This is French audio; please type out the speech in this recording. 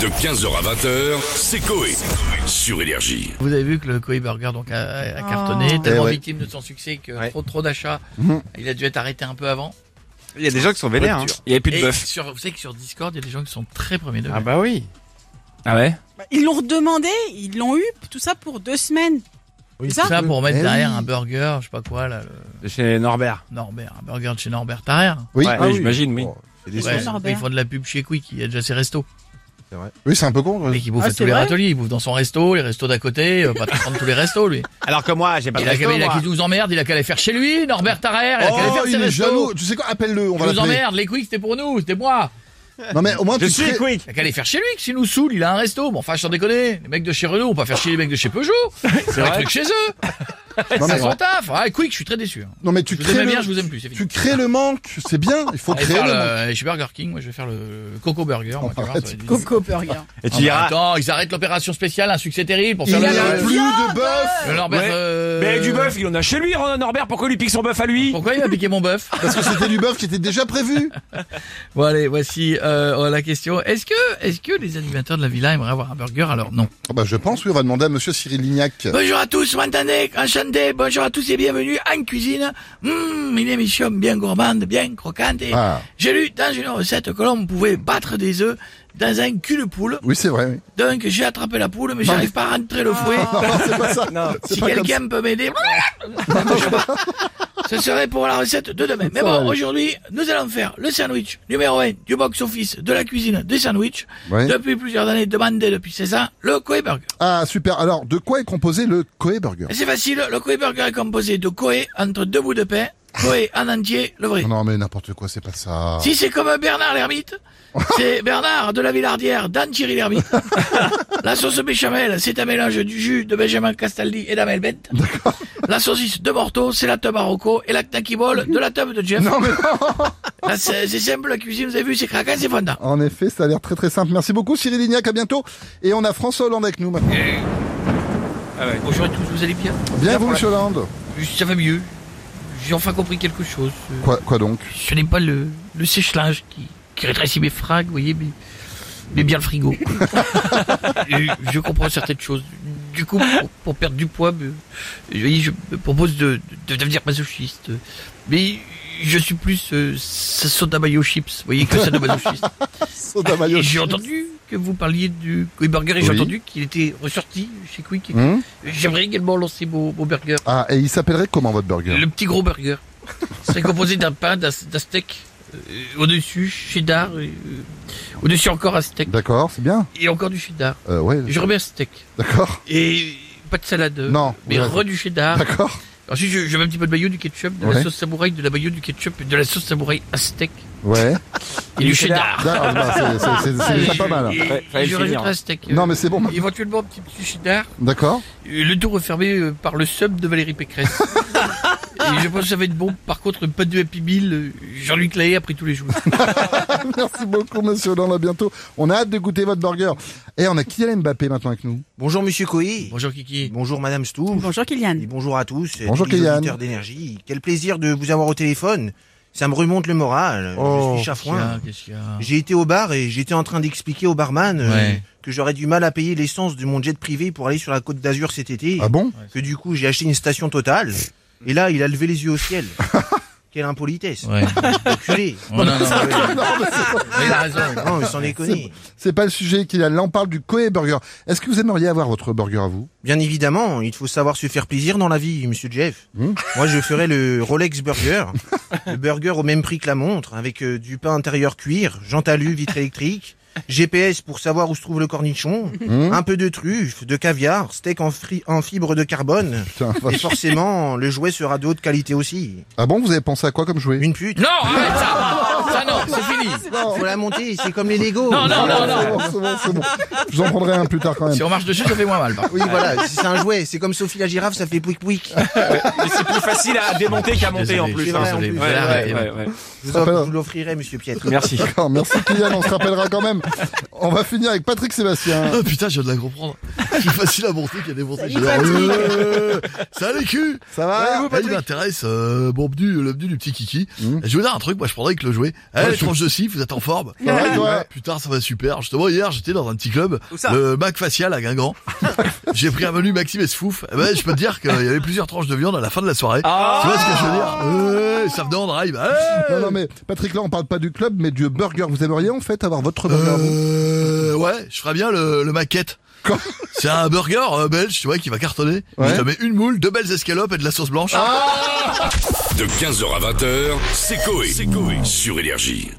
De 15h à 20h, c'est Coé. Sur Énergie. Vous avez vu que le Koi Burger donc a, a cartonné, Oh. Eh tellement victime de son succès que Ouais. trop trop d'achats, Mhm. il a dû être arrêté un peu avant. Il y a des gens qui sont vénères. Voiture. hein. Il n'y avait plus de Et bœuf. sur, vous savez que sur Discord, il y a des gens qui sont très premiers de Ah bah oui. Ah ouais Ils l'ont redemandé, ils l'ont eu, tout ça pour deux semaines. Oui, ça ça pour mettre Eh derrière oui. un burger, je sais pas quoi là, le De chez Norbert. Norbert, un burger de chez Norbert Tarère. Oui, Ouais, ah oui, j'imagine, oui. Oh, c'est des Ouais, sauces, Norbert. ils font de la pub chez Quick, il y a déjà ses restos. c'est vrai. Oui, c'est un peu con. Mais qui bouffe Ah, à tous c'est les vrai râteliers, il bouffe dans son resto, les restos d'à côté, euh, pas de prendre tous les restos lui. Alors que moi, Ah, j'ai pas de Il a, resto, il a moi. qui nous emmerde, il a qu'à aller faire chez lui, Norbert Tarère, il a qu'à aller bah, Oh, faire ses il est restos. jaloux. Tu sais quoi Appelle-le, on Il va nous l'appeler. emmerde, les Quick c'était pour nous, c'était moi. Non mais au moins Je tu suis crées- quick. Il a qu'à aller faire chez lui, que s'il nous saoule, il a un resto. Bon, enfin, sans déconner, les mecs de chez Renault, on va faire chez les mecs de chez Peugeot. C'est un vrai. truc chez eux. Non Ça mais, s'en taf. Ah, quick, je suis très déçu. hein. non, mais tu Je vous crées aimais le... bien, je vous aime plus, c'est fini. tu crées le manque, c'est bien, il faut Je vais créer faire le manque. le, chez Burger King, moi je vais faire le, le Coco Burger. moi, tu vois, ça va être difficile. Coco Burger. Et Ah, tu bah, diras. attends, ils arrêtent l'opération spéciale, un succès terrible pour Il faire n'y le, a le, plus de bœuf Norbert, Ouais. euh, Mais du bœuf, il en a chez lui, Norbert. Pourquoi lui pique son bœuf à lui Pourquoi il m'a piqué mon bœuf parce que c'était du bœuf qui était déjà prévu. Bon allez, voici euh, la question. Est-ce que, est-ce que les animateurs de la villa aimeraient avoir un burger Alors non. Ah bah je pense oui, on va demander à monsieur Cyril Lignac. Bonjour à tous, m'entendez Enchanté, bonjour à tous et bienvenue en cuisine. Hum, une émission bien gourmande, bien croquante. et Ah. J'ai lu dans une recette que l'on pouvait battre des œufs dans un cul de poule. Oui, c'est vrai. Oui. Donc j'ai attrapé la poule, mais j'arrive pas à rentrer le fouet. Non, c'est pas ça. si pas comme quelqu'un peut m'aider, Je pars. ce serait pour la recette de demain. Mais Ça va bon, aller. aujourd'hui, nous allons faire le sandwich numéro 1 du box-office de la cuisine des sandwichs. Ouais. Depuis plusieurs années, demandé depuis 16 ans, le Koei Burger. Ah super. Alors, de quoi est composé le Koei Burger C'est facile, le Koei Burger est composé de Koei entre deux bouts de pain, Koei en entier, le vrai. Non mais n'importe quoi, c'est pas ça. Si c'est comme Bernard l'ermite, c'est Bernard de la Villardière d'Anne Thierry l'ermite. La sauce béchamel, c'est un mélange du jus de Benjamin Castaldi et d'Amel Bent. La saucisse de Morteau, c'est la teub à Rocco et la knacky ball de la teub de Jeff. Non mais Là, C'est c'est simple, la cuisine, vous avez vu, c'est craquant, c'est fondant. en effet, ça a l'air très très simple. Merci beaucoup Cyril Lignac, à bientôt. Et on a François Hollande avec nous maintenant. Bonjour à tous, vous allez bien Bien vous monsieur Hollande. Ça va mieux. J'ai enfin compris quelque chose. Quoi quoi donc Ce n'est pas le, le sèche-linge qui, qui rétrécit mes frags, vous voyez, mais, mais bien le frigo. Et je comprends certaines choses. Du coup, pour, pour perdre du poids, me- vous voyez, je me propose de, de devenir masochiste. Mais je suis plus euh, sa- soda mayo chips, vous voyez, que soda masochiste. Soda mayo. Et J'ai entendu que vous parliez du Quick Burger et j'ai Oui. entendu qu'il était ressorti chez Quick. Hum J'aimerais également lancer mon, mon burger. Ah, et il s'appellerait comment votre burger Le petit gros burger. C'est composé d'un pain, d'un d'un steak, euh, au-dessus, cheddar, et, euh, au-dessus encore un steak, D'accord, c'est bien. et encore du cheddar. Euh, ouais, Je remets un steak. d'accord. Et pas de salade. euh, Non, Mais oui, re du cheddar. D'accord. Ensuite, je, je mets un petit peu de mayo, du ketchup, de la Ouais. sauce samouraï, de la mayo, du ketchup, de la sauce samouraï à steak, Ouais. et du cheddar. D'accord, bah, c'est- c'est- c'est c'est déjà Et- pas mal. hein. et- Ouais, fallait et je le finir. rajoute un steak. euh, Non, mais c'est bon. Éventuellement, un petit, petit cheddar. D'accord. Euh, Le tout refermé euh, par le sub de Valérie Pécresse. Et je pense que ça va être bon. Par contre, pas de Happy Meal. euh, Jean-Luc Lahaye a pris tous les jours. Merci beaucoup, monsieur Hollande. À bientôt. On a hâte de goûter votre burger. Et on a Kylian Mbappé maintenant avec nous. Bonjour Monsieur Coé. Bonjour Kiki. Bonjour Madame Stouff. Bonjour Kylian. Et bonjour à tous. euh, Bonjour tous les Kylian. auditeurs d'énergie. Quel plaisir de vous avoir au téléphone. Ça me remonte le moral. Oh, Je suis chafouin. Qu'est-ce qu'il y a J'ai été au bar et j'étais en train d'expliquer au barman euh, Ouais. que j'aurais du mal à payer l'essence de mon jet privé pour aller sur la côte d'Azur cet été. bah. Ah bon que du coup j'ai acheté une station totale. Et là il a levé les yeux au ciel. Quelle impolitesse. Ouais. Enculé. Oh, non, non, non. Il a raison. Non, mais sans déconner. C'est pas le sujet, Kylian. Là, on parle du Koei Burger. Est-ce que vous aimeriez avoir votre burger à vous Bien évidemment, il faut savoir se faire plaisir dans la vie, monsieur Jeff. Hmm. Moi, je ferais le Rolex Burger. le burger au même prix que la montre, avec euh, du pain intérieur cuir, jantalu, vitre électrique, GPS pour savoir où se trouve le cornichon, Hmm. un peu de truffe, de caviar, steak en, fri- en fibre de carbone. Putain, Et vache. forcément, le jouet sera de haute qualité aussi. Ah bon, vous avez pensé à quoi comme jouet Une pute. Non, arrête ça. Ça non, c'est fini. Faut la monter, c'est comme les Lego. Non, non, non, non. Ah, C'est bon, c'est bon, c'est bon. Je vous en prendrai un plus tard quand même. Si on marche dessus, ça fait moins mal. par contre. Oui, voilà, c'est un jouet. C'est comme Sophie la girafe, ça fait pouic pouic. Ah, Mais c'est plus facile à démonter qu'à monter en Désolé, plus. je suis hein. désolé, vous Ouais, allez arrêter, ouais, ouais, ouais. ouais. Je vous offre- je vous l'offrirai, monsieur Pietre. Merci. Oh, D'accord, merci Kylian, on se rappellera quand même. On va finir avec Patrick Sébastien. Ah, putain, je viens de la comprendre. si facile à bourser qu'il y a des boursiers. Salut, Patrick. Euh, Salut cul Ça va Eh, Il m'intéresse, euh, bon, du, le bdu du petit kiki. Mhm. Je vais dire un truc, moi je prendrais que le jouet. Eh, les tranches de scie, vous êtes en forme Ça va, toi Ouais, Putain, ça va super. Justement, hier, j'étais dans un petit club, Où ça le Mac Facial à Guingamp. J'ai pris un menu Maxime et Sfouf. Eh ben, je peux te dire qu'il y avait plusieurs tranches de viande à la fin de la soirée. Ah tu vois ce que je veux dire Eh, Ça venait en drive. Eh. Non, non, mais Patrick, là, on parle pas du club, mais du burger. Vous aimeriez, en fait, avoir votre burger vous Euh, ouais, je ferais bien le, le maquette. Quoi C'est un burger euh, belge, tu vois, qui va cartonner. Ouais. Je te mets une moule, deux belles escalopes et de la sauce blanche. De 15h à 20h, c'est Coé. Sur Énergie.